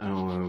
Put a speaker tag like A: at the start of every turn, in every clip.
A: euh,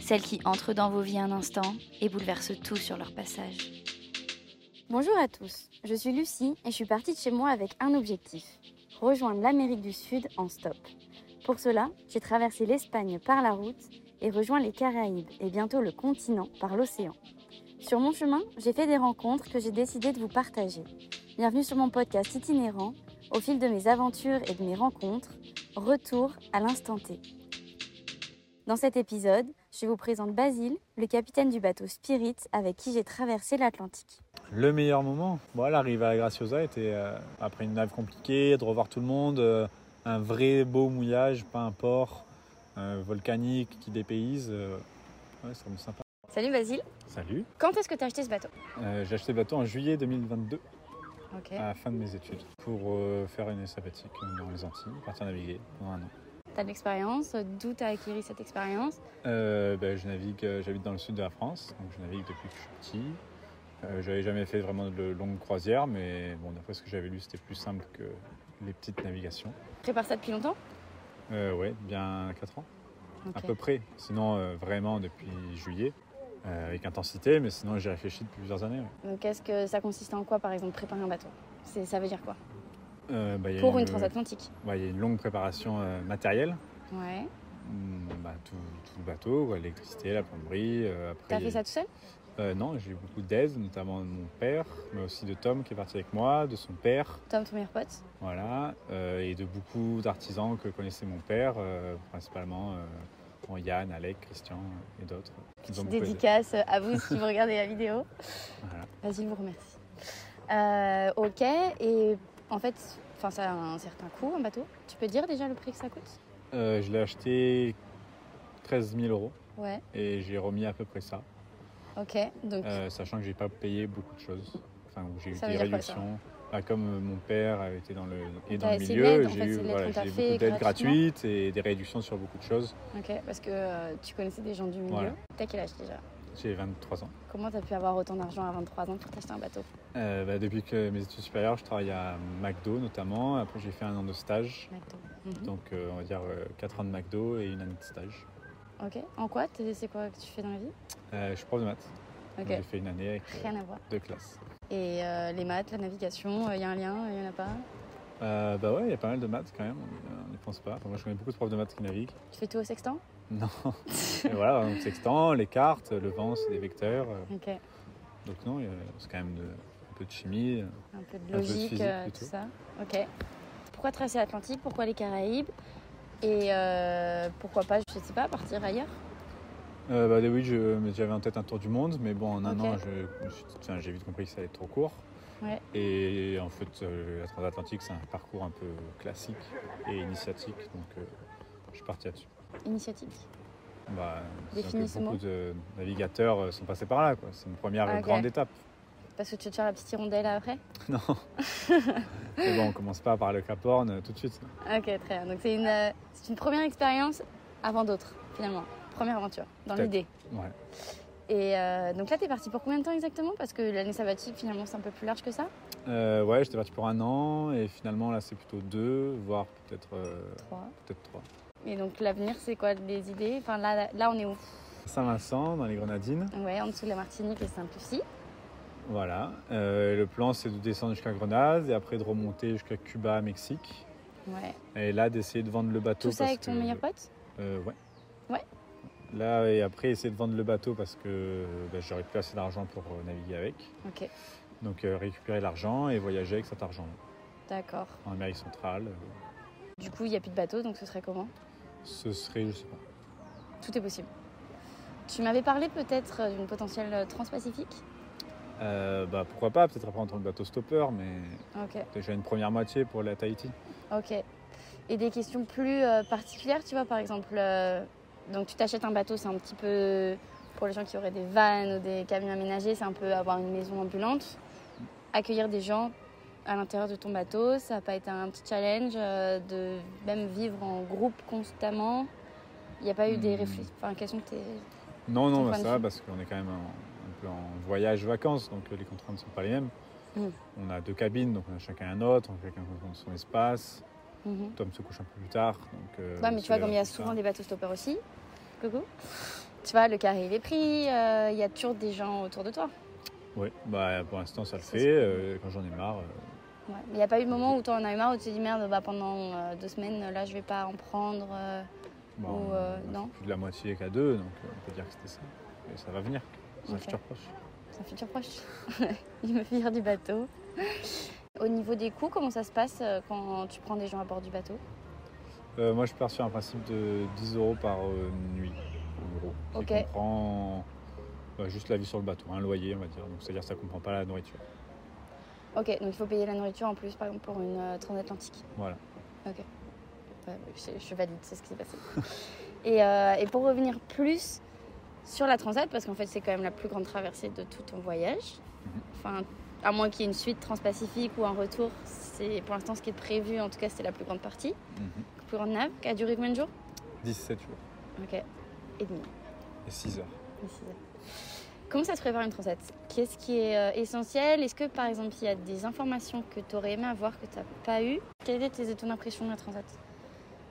B: celles qui entrent dans vos vies un instant et bouleversent tout sur leur passage.
C: Bonjour à tous, je suis Lucie et je suis partie de chez moi avec un objectif, rejoindre l'Amérique du Sud en stop. Pour cela, j'ai traversé l'Espagne par la route et rejoint les Caraïbes et bientôt le continent par l'océan. Sur mon chemin, j'ai fait des rencontres que j'ai décidé de vous partager. Bienvenue sur mon podcast itinérant, au fil de mes aventures et de mes rencontres, retour à l'instant T. Dans cet épisode, je vous présente Basile, le capitaine du bateau Spirit avec qui j'ai traversé l'Atlantique.
D: Le meilleur moment, bon, l'arrivée à Graciosa était euh, après une nave compliquée, de revoir tout le monde, euh, un vrai beau mouillage, pas un port euh, volcanique qui dépayse. euh, ouais, c'est vraiment sympa.
C: Salut Basile
D: Salut. Euh,
C: Quand est-ce que tu as acheté ce bateau
D: J'ai acheté le bateau en juillet 2022
C: Ok.
D: à la fin de mes études pour euh, faire une année sabbatique dans les Antilles, partir naviguer pendant un an.
C: T'as de l'expérience, d'où t'as acquis cette expérience
D: Euh, ben, je navigue, euh, j'habite dans le sud de la France, donc je navigue depuis que je suis petit. Euh, j'avais jamais fait vraiment de longues croisières, mais bon, d'après ce que j'avais lu, c'était plus simple que les petites navigations.
C: Prépare ça depuis longtemps
D: Euh, ouais, bien 4 ans,
C: Ok.
D: à peu près. Sinon, euh, vraiment depuis juillet, euh, avec intensité, mais sinon j'ai réfléchi depuis plusieurs années. ouais.
C: Donc est-ce que ça consiste en quoi par exemple préparer un bateau C'est- Ça veut dire quoi
D: Euh, bah, il y a
C: Pour une
D: une-
C: transatlantique
D: bah, il y a une longue préparation euh, matérielle.
C: Ouais.
D: Hum, bah, tout, tout le bateau, quoi, l'électricité, la plomberie. euh, après,
C: T'as
D: il y a-
C: fait ça tout seul
D: Euh, non, j'ai eu beaucoup d'aide, notamment de mon père, mais aussi de Tom qui est parti avec moi, de son père,
C: Tom, ton meilleur pote
D: voilà, euh, et de beaucoup d'artisans que connaissait mon père, euh, principalement euh, bon, Yann, Alec, Christian euh, et d'autres. qui nous ont
C: Petite
D: beaucoup aidés.
C: dédicace à vous si vous regardez la vidéo.
D: Voilà.
C: Vas-y, vous remercie. Euh, ok, et en fait, enfin ça a un certain coût un bateau. Tu peux dire déjà le prix que ça coûte
D: Euh, je l'ai acheté 13 000 euros
C: Ouais,
D: et j'ai remis à peu près ça,
C: ok. Donc
D: euh, sachant que j'ai pas payé beaucoup de choses, enfin où j'ai eu
C: Ça
D: des
C: veut dire quoi, ça
D: réductions. Bah, comme euh, mon père avait été dans le, est dans le
C: T'as ces
D: milieu,
C: aides, en fait,
D: j'ai
C: ces
D: eu
C: aides
D: voilà,
C: qu'on t'a
D: j'ai eu
C: fait
D: beaucoup d'aides
C: gratuitement.
D: gratuites et des réductions sur beaucoup de choses.
C: Ok, parce que euh, tu connaissais des gens du milieu.
D: Voilà.
C: T'as quel âge déjà
D: J'ai 23 ans.
C: Comment t'as pu avoir autant d'argent à 23 ans pour t'acheter un bateau
D: Euh, bah, depuis que mes études supérieures, je travaille à McDo notamment. Après, j'ai fait un an de stage,
C: McDo. Mhm.
D: donc euh, on va dire 4 ans de McDo et une année de stage.
C: Ok. En quoi T'es- C'est quoi que tu fais dans la vie
D: Euh, je suis prof de maths, donc
C: Ok.
D: j'ai fait une année avec euh,
C: Rien à voir.
D: deux classes.
C: Et euh, les maths, la navigation, il y a un lien, il y en a pas.
D: Euh, bah ouais, il y a pas mal de maths quand même, on euh, on n'y pense pas. Enfin, moi, je connais beaucoup de profs de maths qui naviguent.
C: Tu fais tout au sextant
D: Non, Et voilà, on sextant, les cartes, le vent, c'est des vecteurs. euh,
C: Ok.
D: Donc non, il y a- c'est quand même de- un peu de chimie.
C: Un peu de
D: peu de
C: logique,
D: physique
C: euh,
D: plutôt.
C: tout ça. Ok. Pourquoi traverser l'Atlantique Pourquoi les Caraïbes Et euh, pourquoi pas, je sais pas, partir ailleurs
D: Euh, bah oui, je- mais j'avais en tête un tour du monde, mais bon, en un
C: Ok.
D: an, je me suis dit, tiens, j'ai vite compris que ça allait être trop court.
C: Ouais.
D: Et en fait, euh, la transatlantique, c'est un parcours un peu classique et initiatique, donc euh, je suis parti là-dessus.
C: Initiatique.
D: Bah, disons que
C: Définis ce
D: beaucoup
C: mot.
D: de navigateurs euh, sont passés par là, quoi. C'est une première
C: Ah,
D: euh,
C: ok.
D: grande étape.
C: Parce que tu veux te faire la petite hirondelle après
D: non. mais bon, on commence pas par le Cap Horn euh, tout de suite.
C: Ok, très bien. Donc c'est une, euh, c'est une première expérience avant d'autres, finalement. Première aventure, dans
D: Peut-être.
C: l'idée.
D: Ouais.
C: Et euh, donc là, t'es parti pour combien de temps exactement Parce que l'année sabbatique, finalement, c'est un peu plus large que ça.
D: Euh, ouais, j'étais parti pour un an, et finalement, là, c'est plutôt deux, voire peut-être euh,
C: Trois.
D: peut-être trois.
C: Et donc l'avenir, c'est quoi les idées Enfin là, là, on est où
D: Saint-Vincent, dans les Grenadines.
C: Ouais, en dessous de la Martinique et Sainte-Lucie.
D: Voilà. Euh, le plan, c'est de descendre jusqu'à Grenade et après de remonter jusqu'à Cuba, Mexique.
C: Ouais.
D: Et là, d'essayer de vendre le bateau.
C: Tout ça
D: parce
C: avec ton
D: que-
C: meilleur pote
D: Euh, Ouais.
C: Ouais.
D: Là, et après, essayer de vendre le bateau parce que bah, j'aurais plus assez d'argent pour euh, naviguer avec.
C: Ok,
D: Donc, euh, récupérer l'argent et voyager avec cet argent
C: d'accord.
D: en Amérique centrale. euh,
C: Du coup, il n'y a plus de bateau, donc ce serait comment
D: ce serait, je sais pas.
C: Tout est possible. Tu m'avais parlé peut-être euh, d'une potentielle euh, transpacifique
D: Euh, bah, pourquoi pas Peut-être après, on prend le bateau stopper, mais
C: Ok,
D: déjà une première moitié pour la Tahiti.
C: ok. Et des questions plus euh, particulières, tu vois, par exemple, euh, donc tu t'achètes un bateau, c'est un petit peu Pour les gens qui auraient des vannes ou des camions aménagés, c'est un peu avoir une maison ambulante. Accueillir des gens à l'intérieur de ton bateau, ça n'a pas été un petit challenge euh, de même vivre en groupe constamment. Il n'y a pas eu des
D: Hmm.
C: réflexions. Enfin, quelles sont tes.
D: Non, non,
C: Ton
D: bah,
C: point de
D: ça,
C: vue.
D: parce qu'on est quand même en- un peu en voyage-vacances, donc euh, les contraintes ne sont pas les mêmes.
C: Mm.
D: On a deux cabines, donc on a chacun un autre, donc chacun compte son espace.
C: Mhm.
D: Tom se couche un peu plus tard. Donc, euh,
C: Ouais, Bah, mais tu vois,
D: c'est-
C: comme il y a
D: c'est
C: souvent
D: ça.
C: des bateaux stoppers aussi, coucou, tu vois, le carré il est pris, euh, il y a toujours des gens autour de toi.
D: Oui, bah, pour l'instant, ça le
C: C'est
D: fait. euh, quand j'en ai marre, euh,
C: Ouais. Mais il n'y a pas eu de moment où toi en as eu marre, où tu te dis merde, bah, pendant euh, deux semaines, là je vais pas en prendre. euh.
D: bah,
C: Ou,
D: on-
C: euh,
D: on a
C: non.
D: fait plus de la moitié qu'à deux, donc euh, on peut dire que c'était ça. Et ça va venir, c'est un
C: Ok.
D: futur proche.
C: C'est un futur proche. il me vire du bateau. Au niveau des coûts, comment ça se passe euh, quand tu prends des gens à bord du bateau
D: Euh, moi, je pars sur un principe de 10 euros par euh, nuit, en gros. Qui
C: Ok.
D: comprend bah, juste la vie sur le bateau, un loyer, on va dire. Donc, c'est-à-dire que ça ne comprend pas la nourriture.
C: Ok, donc il faut payer la nourriture en plus, par exemple, pour une euh, transatlantique.
D: Voilà.
C: Ok. Ouais, je, je valide, c'est ce qui s'est passé. et, euh, et pour revenir plus sur la transat, parce qu'en fait, c'est quand même la plus grande traversée de tout ton voyage.
D: Mhm.
C: Enfin, à moins qu'il y ait une suite transpacifique ou un retour, c'est pour l'instant ce qui est prévu, en tout cas, c'est la plus grande partie,
D: Mhm.
C: la plus grande nave, qui a duré combien de jours
D: 17 jours
C: Ok, et demi.
D: et 6 heures.
C: Précise. Comment ça se prépare une transat Qu'est-ce qui est euh, essentiel Est-ce que par exemple il y a des informations que tu aurais aimé avoir que tu n'as pas eues Quelle était ton impression de la transat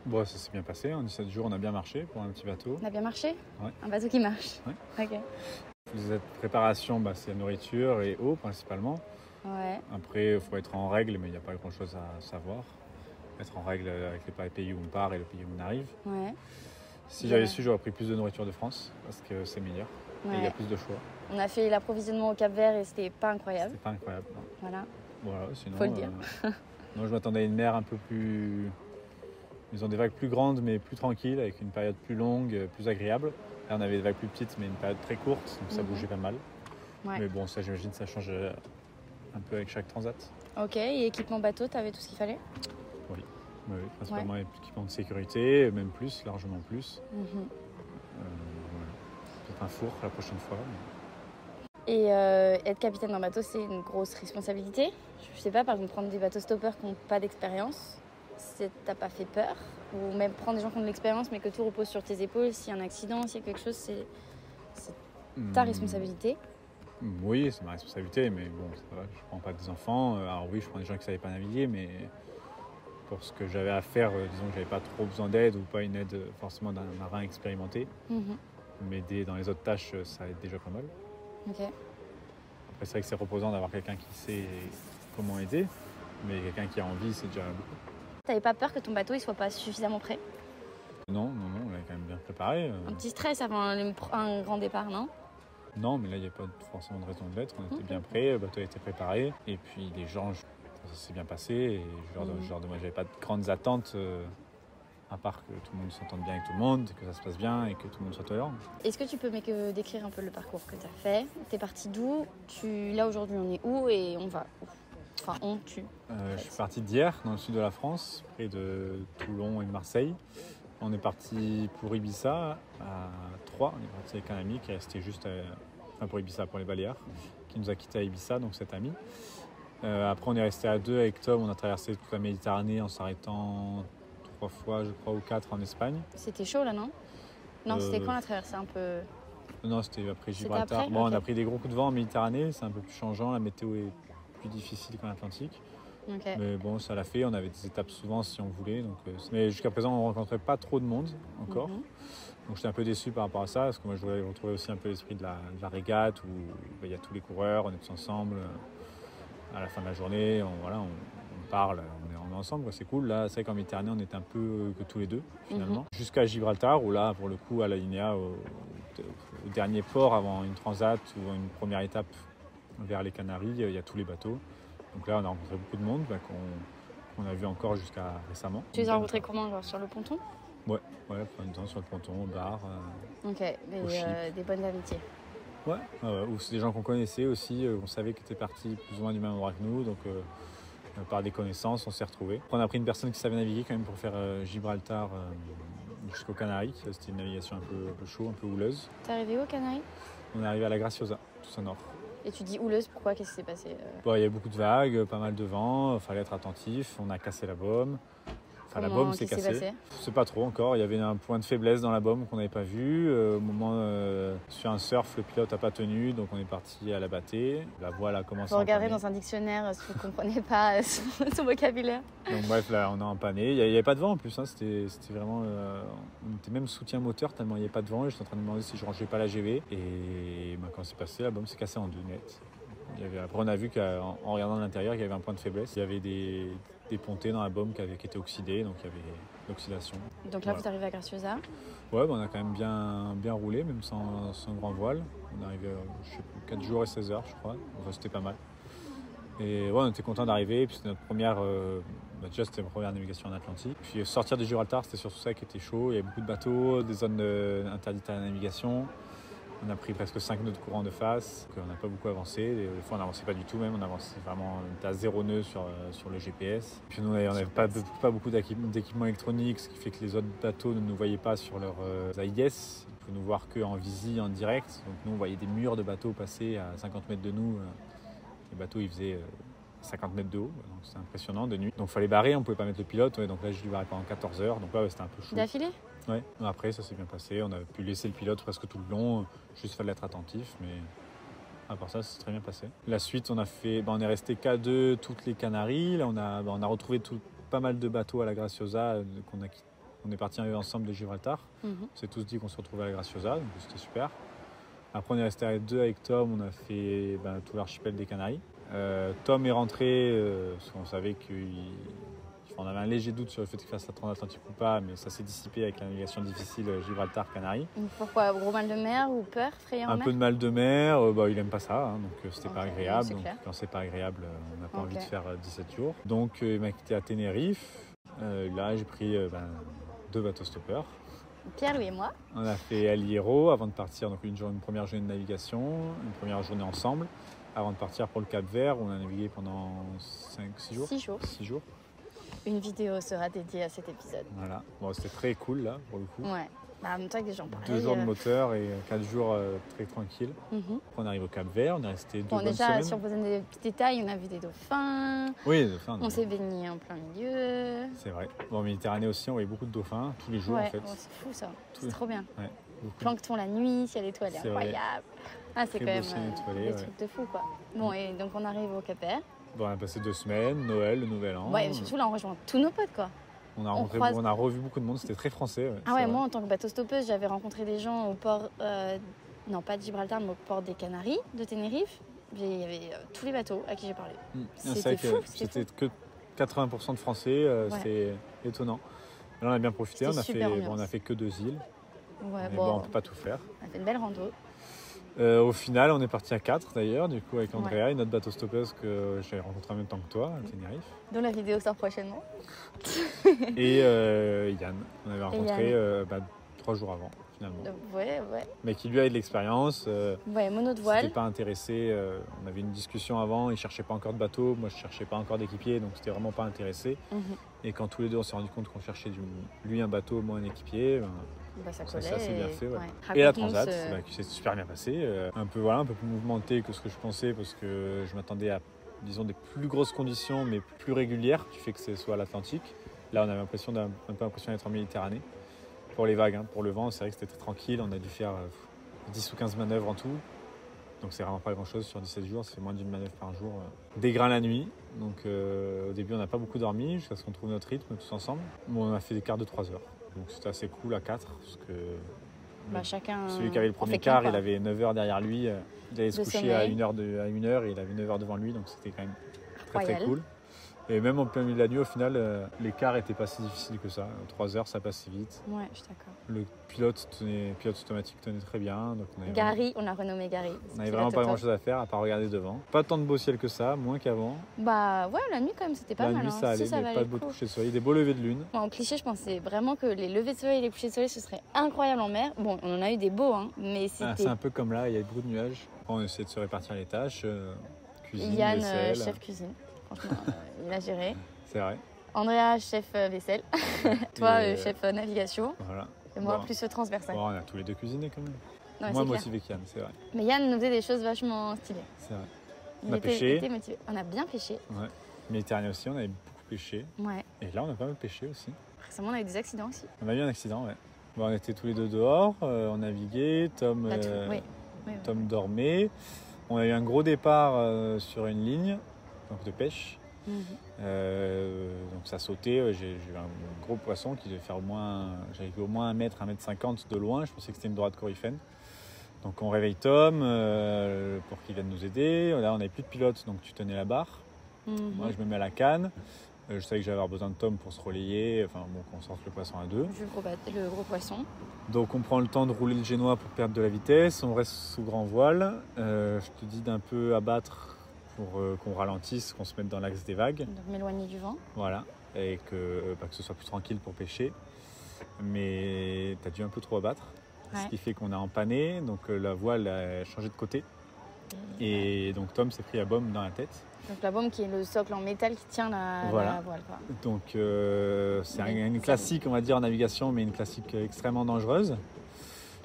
D: Bon, ça s'est bien passé. hein. En 17 jours, on a bien marché pour un petit bateau.
C: On a bien marché
D: Ouais.
C: Un bateau qui marche Ok.
D: Les préparations, bah, c'est la nourriture et eau principalement.
C: Ouais.
D: Après, il faut être en règle, mais il n'y a pas grand-chose à savoir. Être en règle avec les pays où on part et le pays où on arrive.
C: Ouais.
D: Si j'avais
C: Ouais.
D: su, j'aurais pris plus de nourriture de France parce que c'est meilleur et il y a
C: ouais.
D: plus de choix.
C: On a fait l'approvisionnement au Cap Vert et c'était pas incroyable.
D: C'est pas incroyable. non.
C: Voilà.
D: Voilà, sinon.
C: Faut le dire.
D: euh, non, je m'attendais à une mer un peu plus. Ils ont des vagues plus grandes mais plus tranquilles, avec une période plus longue, euh, plus agréable. Là, on avait des vagues plus petites mais une période très courte, donc ça
C: Mhm.
D: bougeait pas mal.
C: Ouais.
D: Mais bon, ça, j'imagine, ça change euh, un peu avec chaque transat.
C: Ok, et équipement bateau, t'avais tout ce qu'il fallait
D: Oui, principalement équipement de sécurité, même plus, largement plus.
C: Mhm.
D: Euh, voilà. Peut-être un four la prochaine fois. mais-
C: Et euh, être capitaine d'un bateau, c'est une grosse responsabilité. Je sais pas, par exemple, prendre des bateaux stoppers qui n'ont pas d'expérience, c'est- t'as pas fait peur. Ou même prendre des gens qui ont de l'expérience, mais que tout repose sur tes épaules. S'il y a un accident, s'il y a quelque chose, c'est ta
D: Hmm.
C: responsabilité.
D: Mm, Oui, c'est ma responsabilité, mais bon, ça va, je prends pas des enfants. Euh, Alors oui, je prends des gens qui ne savaient pas naviguer, mais pour ce que j'avais à faire, euh, disons que j'avais pas trop besoin d'aide ou pas une aide euh, forcément d'un marin expérimenté.
C: Mhm.
D: M'aider dans les autres tâches, euh, ça aide déjà pas mal.
C: Ok.
D: Après, c'est vrai que c'est reposant d'avoir quelqu'un qui sait comment aider, mais quelqu'un qui a envie, c'est déjà beaucoup.
C: T'avais pas peur que ton bateau il soit pas suffisamment prêt
D: Non, non, non, on l'avait quand même bien préparé. euh,
C: Un petit stress avant le- un grand départ, non
D: Non, mais là, il n'y a pas forcément de raison de l'être. On était bien prêts, le bateau a été préparé. Et puis, les gens, je- ça s'est bien passé. Et je leur,
C: Mhm.
D: je leur demande- j'avais pas de grandes attentes, euh, à part que tout le monde s'entende bien avec tout le monde, que ça se passe bien et que tout le monde soit tolérant.
C: Est-ce que tu peux mais que- décrire un peu le parcours que t'as fait T'es parti d'où Tu Là aujourd'hui, on est où et on va où Enfin, on tue.
D: Euh, je suis parti d'hier, dans le sud de la France, près de Toulon et de Marseille. On est parti pour Ibiza à 3. On est parti avec un ami qui est resté juste à- enfin pour Ibiza, pour les Baléares, qui nous a quitté à Ibiza, donc cet ami. Euh, après, on est resté à deux avec Tom. On a traversé toute la Méditerranée en s'arrêtant trois fois, je crois, ou quatre en Espagne.
C: C'était chaud là, non Non, c'était
D: Euh,
C: quand la traversée un peu
D: Non, c'était après
C: C'était
D: Gibraltar.
C: après
D: bon,
C: Ok.
D: on a pris des gros coups de vent en Méditerranée. C'est un peu plus changeant. La météo est plus difficile qu'en Atlantique.
C: Ok.
D: Mais bon, ça l'a fait. On avait des étapes souvent si on voulait. Donc, euh, mais jusqu'à présent, on rencontrait pas trop de monde encore.
C: Mhm.
D: Donc j'étais un peu déçu par rapport à ça, parce que moi je voulais retrouver aussi un peu l'esprit de la, de la régate où bah, il y a tous les coureurs, on est tous ensemble. euh, À la fin de la journée, on, voilà, on, on parle, on est, on est ensemble, quoi, c'est cool. Là, c'est vrai qu'en Méditerranée, on était un peu euh, que tous les deux finalement.
C: Mhm.
D: Jusqu'à Gibraltar, où là, pour le coup, à la Linea, au, au dernier port avant une transat ou une première étape vers les Canaries, euh, il y a tous les bateaux. Donc là, on a rencontré beaucoup de monde bah, qu'on qu'on a vu encore jusqu'à récemment. euh,
C: Tu les as rencontrés comment genre, Sur le ponton
D: Ouais, pendant une temps sur le ponton, au bar. euh,
C: Ok, des,
D: Au chip.
C: euh, des bonnes amitiés.
D: Ouais, euh, ou c'est des gens qu'on connaissait aussi, euh, on savait qu'ils étaient partis plus ou moins du même endroit que nous, donc euh, euh, par des connaissances, on s'est retrouvés. On a pris une personne qui savait naviguer quand même pour faire euh, Gibraltar, euh, jusqu'aux Canaries. Ça, C'était une navigation un peu, un peu chaude, un peu houleuse.
C: T'es arrivé au Canaries
D: On est arrivé à la Graciosa, tout ça nord.
C: Et tu dis houleuse, pourquoi Qu'est-ce qui s'est passé euh
D: Bon, il y a beaucoup de vagues, pas mal de vent, fallait être attentif, on a cassé la baume. Enfin, la
C: Comment-
D: baume s'est
C: qu'est-ce qui
D: cassée.
C: passé
D: Je sais pas trop encore, il y avait un point de faiblesse dans la bombe qu'on n'avait pas vu. Euh, au moment euh, sur un surf, le pilote a pas tenu, donc on est parti à la bâtée. La voile a commencé
C: Faut
D: à
C: regarder
D: empanner.
C: dans un dictionnaire euh, si vous ne comprenez pas euh, son, son vocabulaire.
D: Donc bref, là, on a empanné. Il n'y avait pas de vent en plus. hein. C'était c'était vraiment. euh, on était même soutien moteur tellement il n'y avait pas de vent. Et J'étais en train de me demander si je rangeais pas la GV. Et bah, quand c'est passé, la bombe s'est cassée en deux net. Il y avait, après, on a vu qu'en en regardant de l'intérieur, il y avait un point de faiblesse. Il y avait des, des pontées dans la bombe qui, avaient, qui étaient oxydées. Donc il y avait l'oxydation.
C: Donc là,
D: Voilà.
C: vous arrivez à Graciosa.
D: Ouais, bah, on a quand même bien, bien roulé, même sans, sans grand voile. On est arrivé, euh, je sais plus, 4 jours et 16 heures, je crois. Enfin, c'était pas mal. Et ouais, on était content d'arriver. Puis c'était notre première. euh, bah, déjà, c'était notre première navigation en Atlantique. Puis euh, sortir de Gibraltar, c'était surtout ça qui était chaud. Il y avait beaucoup de bateaux, des zones euh, interdites à la navigation. On a pris presque 5 nœuds de courant de face. Donc, euh, on n'a pas beaucoup avancé. Des des fois, on n'avançait pas du tout, même. On avançait vraiment. On était à zéro nœud sur, euh, sur le GPS. Puis nous, on n'avait pas, be- pas beaucoup d'équip- d'équipements électroniques, ce qui fait que les autres bateaux ne nous voyaient pas sur leur euh, AIS. Ils pouvaient nous voir qu'en visi, en direct. Donc nous, on voyait des murs de bateaux passer à 50 mètres de nous. euh, les bateaux, ils faisaient euh, 50 mètres de haut, donc c'était impressionnant de nuit. Donc fallait barrer, on pouvait pas mettre le pilote, ouais, donc là je lui barrais pendant 14 heures, donc là ouais, c'était un peu chaud.
C: D'affilée
D: Ouais. Après ça s'est bien passé, on a pu laisser le pilote presque tout le long, euh, juste fallait être attentif, mais à part ça, ça s'est très bien passé. La suite, on a fait, bah, on est resté K2 toutes les Canaries, là on a, bah, on a retrouvé tout, pas mal de bateaux à la Graciosa euh, qu'on a quitté. On est parti ensemble de Gibraltar.
C: Mhm.
D: On s'est tous dit qu'on se retrouvait à la Graciosa, donc c'était super. Après, on est resté à deux avec Tom, on a fait ben, tout l'archipel des Canaries. Euh, Tom est rentré, euh, parce qu'on savait qu'il. enfin, on avait un léger doute sur le fait qu'il fasse la transatlantique ou pas, mais ça s'est dissipé avec la navigation difficile euh, Gibraltar-Canaries.
C: Donc Pourquoi Gros mal de mer ou peur, frayeur en
D: Un
C: mer
D: peu de mal de mer, euh, bah, il aime pas ça, hein, donc euh, c'était pas
C: Ok,
D: agréable.
C: c'est
D: Donc,
C: clair.
D: quand c'est pas agréable, euh, on n'a pas
C: Ok.
D: envie de faire euh, 17 jours. Donc euh, il m'a quitté à Tenerife. Euh, là, j'ai pris euh, ben, deux bateaux stoppers.
C: Pierre, lui et moi.
D: On a fait El Hierro avant de partir, donc une, jour- une première journée de navigation, une première journée ensemble. Avant de partir pour le Cap Vert, où on a navigué pendant 5-6 jours.
C: Six jours.
D: 6 jours,
C: Une vidéo sera dédiée à cet épisode.
D: voilà. Bon, c'était très cool là, pour le coup.
C: Ouais. Bah, en même temps que des gens pareils.
D: Mmh. Deux jours de
C: euh,
D: moteur et quatre jours euh, très tranquille.
C: mhm.
D: Après, on arrive au Cap Vert, on est resté deux
C: Bon,
D: bonnes
C: déjà,
D: semaines.
C: si on posait des petits détails, on a vu des dauphins,
D: Oui, enfin,
C: on s'est baigné en plein milieu.
D: c'est vrai. Bon, en Méditerranée aussi, on voyait beaucoup de dauphins, tous les jours
C: ouais,
D: en fait.
C: oh, c'est fou ça.
D: Tous
C: C'est
D: les-
C: trop bien.
D: beaucoup.
C: Plancton la nuit, ciel étoilé,
D: C'est vrai.
C: incroyable. Ah,
D: Très
C: c'est quand
D: beau
C: même
D: ciel
C: euh,
D: étoilé,
C: des
D: ouais. Mm.
C: trucs de fou quoi. Bon, et donc on arrive au Cap Vert.
D: Bon, on a passé deux semaines, Noël, le Nouvel An.
C: Ouais, et surtout là, on rejoint tous nos potes quoi.
D: on, a rencontré-
C: croise-
D: on a revu beaucoup de monde, c'était très français. ouais, c'est
C: Ah ouais,
D: vrai.
C: moi en tant que bateau stoppeuse, j'avais rencontré des gens au port, euh, non pas de Gibraltar, mais au port des Canaries, de Tenerife. Puis Il y avait euh, tous les bateaux à qui j'ai parlé.
D: Mm.
C: C'était
D: C'est vrai
C: fou,
D: que
C: c'était
D: C'était que 80% de Français, euh,
C: Ouais.
D: c'était étonnant. Là, on a bien profité, on
C: C'était
D: a, fait,
C: super
D: bon, on
C: ambiance.
D: a fait que deux îles,
C: Ouais,
D: mais
C: bon,
D: bon, on peut pas tout faire.
C: on a fait une belle rando.
D: Euh, au final, on est parti à quatre d'ailleurs, du coup avec Andrea
C: Ouais. Mm.
D: et notre bateau stoppeuse que j'ai rencontré en même temps que toi, à Tenerife,
C: Dont la vidéo sort prochainement.
D: et euh, Yann, on avait rencontré
C: Yann.
D: euh, bah, trois jours avant finalement,
C: Donc, ouais, ouais.
D: mais qui lui avait de l'expérience. euh,
C: Ouais, mono de
D: C'était
C: voile.
D: pas intéressé. euh, on avait une discussion avant, il cherchait pas encore de bateau, moi je cherchais pas encore d'équipier, donc c'était vraiment pas intéressé.
C: Mhm.
D: Et quand tous les deux on s'est rendu compte qu'on cherchait du- lui un bateau, moi un équipier. ben,
C: Bah, ça
D: Ça,
C: collait.
D: c'est assez bien
C: et-
D: fait, ouais.
C: ouais.
D: et la
C: Raconte-nous
D: transat,
C: ce-
D: bah, qui s'est super bien passée. euh, un peu voilà, un peu plus mouvementé que ce que je pensais parce que je m'attendais à disons des plus grosses conditions, mais plus régulières, qui fait que ce soit à l'Atlantique. Là, on avait l'impression d'un- un peu l'impression d'être en Méditerranée pour les vagues, hein. pour le vent. C'est vrai que c'était très tranquille. On a dû faire euh, 10 ou 15 manœuvres en tout. Donc c'est vraiment pas grand chose sur 17 jours, c'est moins d'une manœuvre par jour. euh. Des grains la nuit, donc euh, au début on n'a pas beaucoup dormi jusqu'à ce qu'on trouve notre rythme tous ensemble. Bon, on a fait des quarts de 3 heures, donc c'était assez cool à 4 parce que
C: bah, chacun.
D: celui qui avait le
C: on
D: premier
C: fait qu'un
D: quart,
C: pas.
D: il avait 9 heures derrière lui, euh, il allait se
C: Le
D: coucher à
C: sommeil.
D: 1 heure, de, à une heure et il avait 9 heures devant lui, donc c'était quand même très très
C: Royal.
D: cool. Et même en plein milieu de la nuit, au final, euh, l'écart n'était pas si difficile que ça. 3 heures, ça passait vite.
C: Ouais, je suis d'accord.
D: Le pilote, tenait, pilote automatique tenait très bien. Donc on avait vraiment-
C: Gary, on l'a renommé Gary.
D: on
C: parce
D: n'avait
C: qu'il
D: vraiment
C: était
D: pas
C: au top. hein.
D: grand chose à faire à part regarder devant. Pas tant de beau ciel que ça, moins qu'avant.
C: Bah ouais, la nuit quand même, c'était pas
D: La
C: mal.
D: nuit
C: hein.
D: ça allait,
C: Si, ça
D: il n'y avait
C: valait
D: pas
C: le
D: de beau
C: coup.
D: coucher de soleil, des beaux levers de lune.
C: Moi, en cliché, je pensais vraiment que les levées de soleil et les couchers de soleil, ce serait incroyable en mer. Bon, on en a eu des beaux, hein, mais
D: Ah,
C: c'était
D: c'est un peu comme là, il y a beaucoup de nuages. On essayait de se répartir les tâches. euh, cuisine,
C: Yann, euh,
D: vaisselle.
C: chef cuisine. Franchement, euh, il a géré.
D: C'est vrai.
C: Andrea, chef euh, vaisselle. Toi,
D: Et,
C: euh, chef euh, navigation.
D: Voilà.
C: Et moi,
D: Bon.
C: plus transversal.
D: Bon, on a tous les deux cuisiné quand même.
C: Non, mais
D: Moi
C: c'est clair.
D: motivé qu'Yann, c'est vrai.
C: Mais Yann nous faisait des choses vachement stylées.
D: C'est vrai.
C: Il
D: On a
C: était-
D: pêché.
C: il était motivé. On a bien pêché.
D: Méditerranée aussi, on avait beaucoup pêché.
C: Ouais.
D: Et là, on a pas mal pêché aussi.
C: Récemment, on a eu des accidents aussi.
D: On a eu un accident, ouais. Bon, on était tous les deux dehors, euh, on naviguait, Tom,
C: Pas tout,
D: euh,
C: oui. Oui, oui.
D: Tom dormait. On a eu un gros départ euh, sur une ligne donc de pêche.
C: Mhm.
D: Euh, donc ça sautait, euh, j'ai j'ai eu un gros poisson qui devait faire au moins, j'avais vu au moins 1 mètre, 1 mètre 50 de loin, je pensais que c'était une droite coryphène. Donc on réveille Tom euh, pour qu'il vienne nous aider. Là on n'avait plus de pilote, donc tu tenais la barre.
C: Mhm.
D: Moi je me mets à la canne. Euh, je savais que j'allais avoir besoin de Tom pour se relayer, enfin bon qu'on sorte le poisson à deux.
C: Vu le gros, bat- le gros poisson.
D: Donc on prend le temps de rouler le génois pour perdre de la vitesse, on reste sous grand voile. Euh, je te dis d'un peu abattre pour euh, qu'on ralentisse, qu'on se mette dans l'axe des vagues.
C: Donc m'éloigner du vent.
D: Voilà, et que, euh, bah, que ce soit plus tranquille pour pêcher. Mais tu as dû un peu trop abattre,
C: Ouais.
D: ce qui fait qu'on a empanné, donc euh, la voile a changé de côté. Et donc Tom s'est pris la bombe dans la tête.
C: Donc la bombe qui est le socle en métal qui tient la,
D: Voilà.
C: la voile. Quoi.
D: Donc euh, c'est un-
C: Mais
D: une
C: ça-
D: classique, on va dire, en navigation, mais une classique extrêmement dangereuse.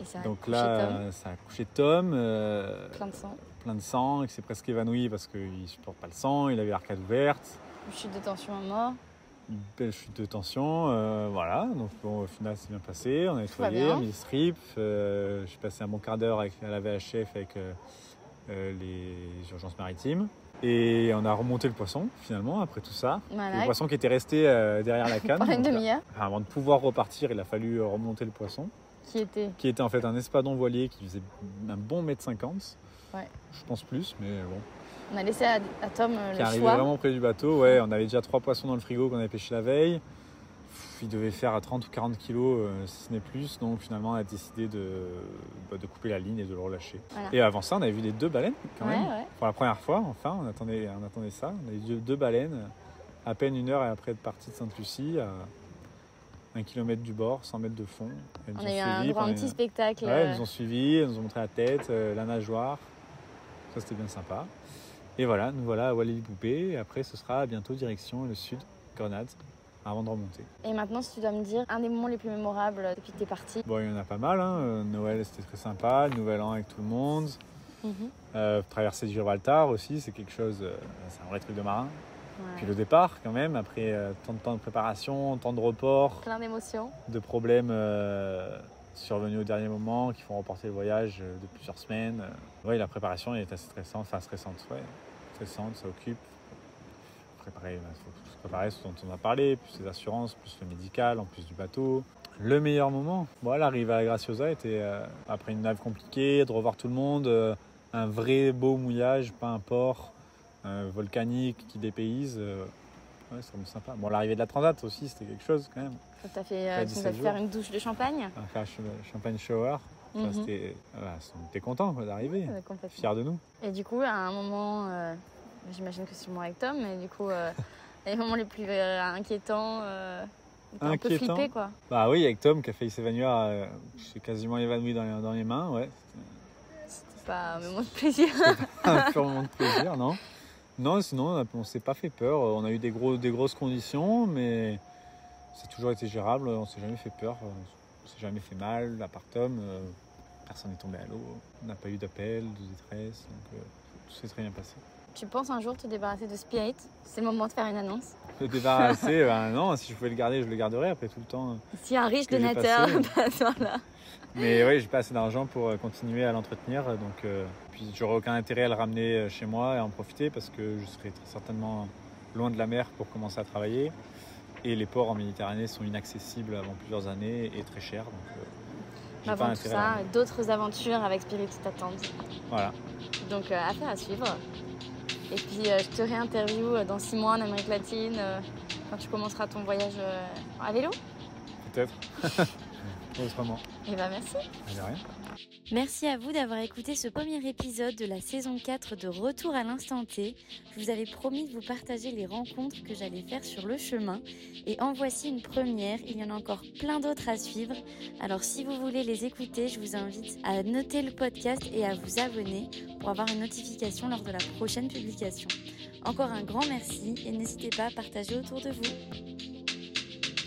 C: Et ça a
D: Donc
C: touché
D: là,
C: Tom,
D: euh, ça a couché Tom, euh,
C: plein de sang.
D: plein de sang, et que s'est presque évanoui parce qu'il ne supporte pas le sang, il avait l'arcade ouverte.
C: Une Chute de tension à mort.
D: une belle chute de tension. euh, voilà, donc bon, au final, c'est bien passé. On a nettoyé,
C: bien.
D: on a mis le strip. euh, J'ai passé un bon quart d'heure avec- à la VHF avec euh, euh, les urgences maritimes. Et on a remonté le poisson, finalement, après tout ça. Le
C: Voilà.
D: poisson qui était resté euh, derrière la canne.
C: Ah Pendant une
D: Donc,
C: demi-heure.
D: euh, Avant de pouvoir repartir, il a fallu euh, remonter le poisson,
C: Qui était.
D: qui était en fait un espadon voilier qui faisait un bon mètre 50.
C: Ouais.
D: Je pense plus, mais bon.
C: On a laissé à, à Tom euh,
D: qui
C: le
D: arrivait
C: choix.
D: vraiment près du bateau. Ouais, on avait déjà trois poissons dans le frigo qu'on avait pêché la veille. Pff, Il devait faire à 30 ou 40 kilos, euh, si ce n'est plus. Donc finalement, on a décidé de, bah, de couper la ligne et de le relâcher.
C: Voilà.
D: Et avant ça, on avait vu les deux baleines quand
C: ouais,
D: même.
C: ouais.
D: Pour la première fois, enfin, on attendait, on attendait ça. On a eu deux, deux baleines à peine une heure après être parti de Sainte-Lucie, à un kilomètre du bord, 100 mètres de fond. Elles nous
C: On
D: ont
C: a eu un,
D: suivis
C: droit à un
D: pendant
C: petit
D: une-
C: spectacle.
D: Ouais,
C: euh,
D: elles nous ont suivis, elles nous ont montré la tête, euh, la nageoire. Ça, c'était bien sympa. Et voilà, nous voilà à Walili Poupée. Et après, ce sera bientôt direction le sud, Grenade, avant de remonter.
C: Et maintenant, si tu dois me dire un des moments les plus mémorables depuis que t'es parti.
D: Bon, il y en a pas mal. hein. Euh, Noël, c'était très sympa. le Nouvel An avec tout le monde. Euh, traverser Gibraltar aussi, c'est quelque chose. euh, c'est un vrai truc de marin.
C: Ouais.
D: Puis le départ, quand même, après euh, tant de temps de préparation, tant de report.
C: Plein d'émotions.
D: de problèmes euh, survenus au dernier moment qui font remporter le voyage euh, de plusieurs semaines. Euh, Oui, la préparation est assez stressante, enfin stressante, ouais. Stressante, ça occupe. Préparer, il faut se préparer ce dont on a parlé, plus les assurances, plus le médical, en plus du bateau. Le meilleur moment, voilà, l'arrivée à Graciosa était euh, après une nave compliquée, de revoir tout le monde, euh, un vrai beau mouillage, pas un port euh, volcanique qui dépayse. euh, ouais, c'est vraiment sympa. Bon, l'arrivée de la Transat aussi, c'était quelque chose quand même.
C: Donc, t'as fait,
D: Ouais,
C: euh, tu nous as
D: 17
C: fait faire
D: jours.
C: une douche de champagne.
D: à faire ch- champagne shower. Enfin,
C: Mhm.
D: c'était, voilà, on était content d'arriver,
C: Euh, complètement.
D: fiers de nous.
C: Et du coup, à un moment, euh, j'imagine que c'est sûrement avec Tom, mais du coup, euh, les moments les plus euh, inquiétants, euh, où t'as un peu
D: Inquiétants.
C: flippé quoi.
D: Bah oui, avec Tom qui a failli s'évanouir, euh, je suis quasiment évanoui dans les, dans les mains, ouais.
C: C'était pas un moment de plaisir.
D: Un pur moment de plaisir, non Non, sinon on a- on s'est pas fait peur. On a eu des, gros, des grosses conditions, mais c'est toujours été gérable. On s'est jamais fait peur, on s'est jamais fait mal. À part Tom, euh, personne n'est tombé à l'eau. On n'a pas eu d'appel, de détresse, donc euh, tout s'est très bien passé.
C: tu penses un jour te débarrasser de Spirit C'est le moment de faire une annonce.
D: Le débarrasser, ben non, si je pouvais le garder, je le garderais après tout le temps.
C: Si un riche
D: Que j'ai
C: donateur
D: passé.
C: passe par là.
D: Mais oui, j'ai pas assez d'argent pour euh, continuer à l'entretenir, euh, donc euh, puis j'aurais aucun intérêt à le ramener euh, chez moi et à en profiter parce que je serais très certainement loin de la mer pour commencer à travailler. Et les ports en Méditerranée sont inaccessibles avant plusieurs années et très chers, donc euh, j'ai pas
C: Avant tout
D: intérêt. hein. à
C: ça,
D: le
C: d'autres aventures avec Spirit t'attendent.
D: ramener. Voilà.
C: Donc euh, affaire à suivre. Et puis euh, je te réinterview euh, dans six mois en Amérique latine, euh, quand tu commenceras ton voyage euh, à vélo.
D: peut-être. Autrement.
C: Et bah merci.
D: Allez, rien.
B: Merci à vous d'avoir écouté ce premier épisode de la saison 4 de Retour à l'instant T. Je vous avais promis de vous partager les rencontres que j'allais faire sur le chemin et en voici une première, il y en a encore plein d'autres à suivre. Alors si vous voulez les écouter, je vous invite à noter le podcast et à vous abonner pour avoir une notification lors de la prochaine publication. Encore un grand merci et n'hésitez pas à partager autour de vous.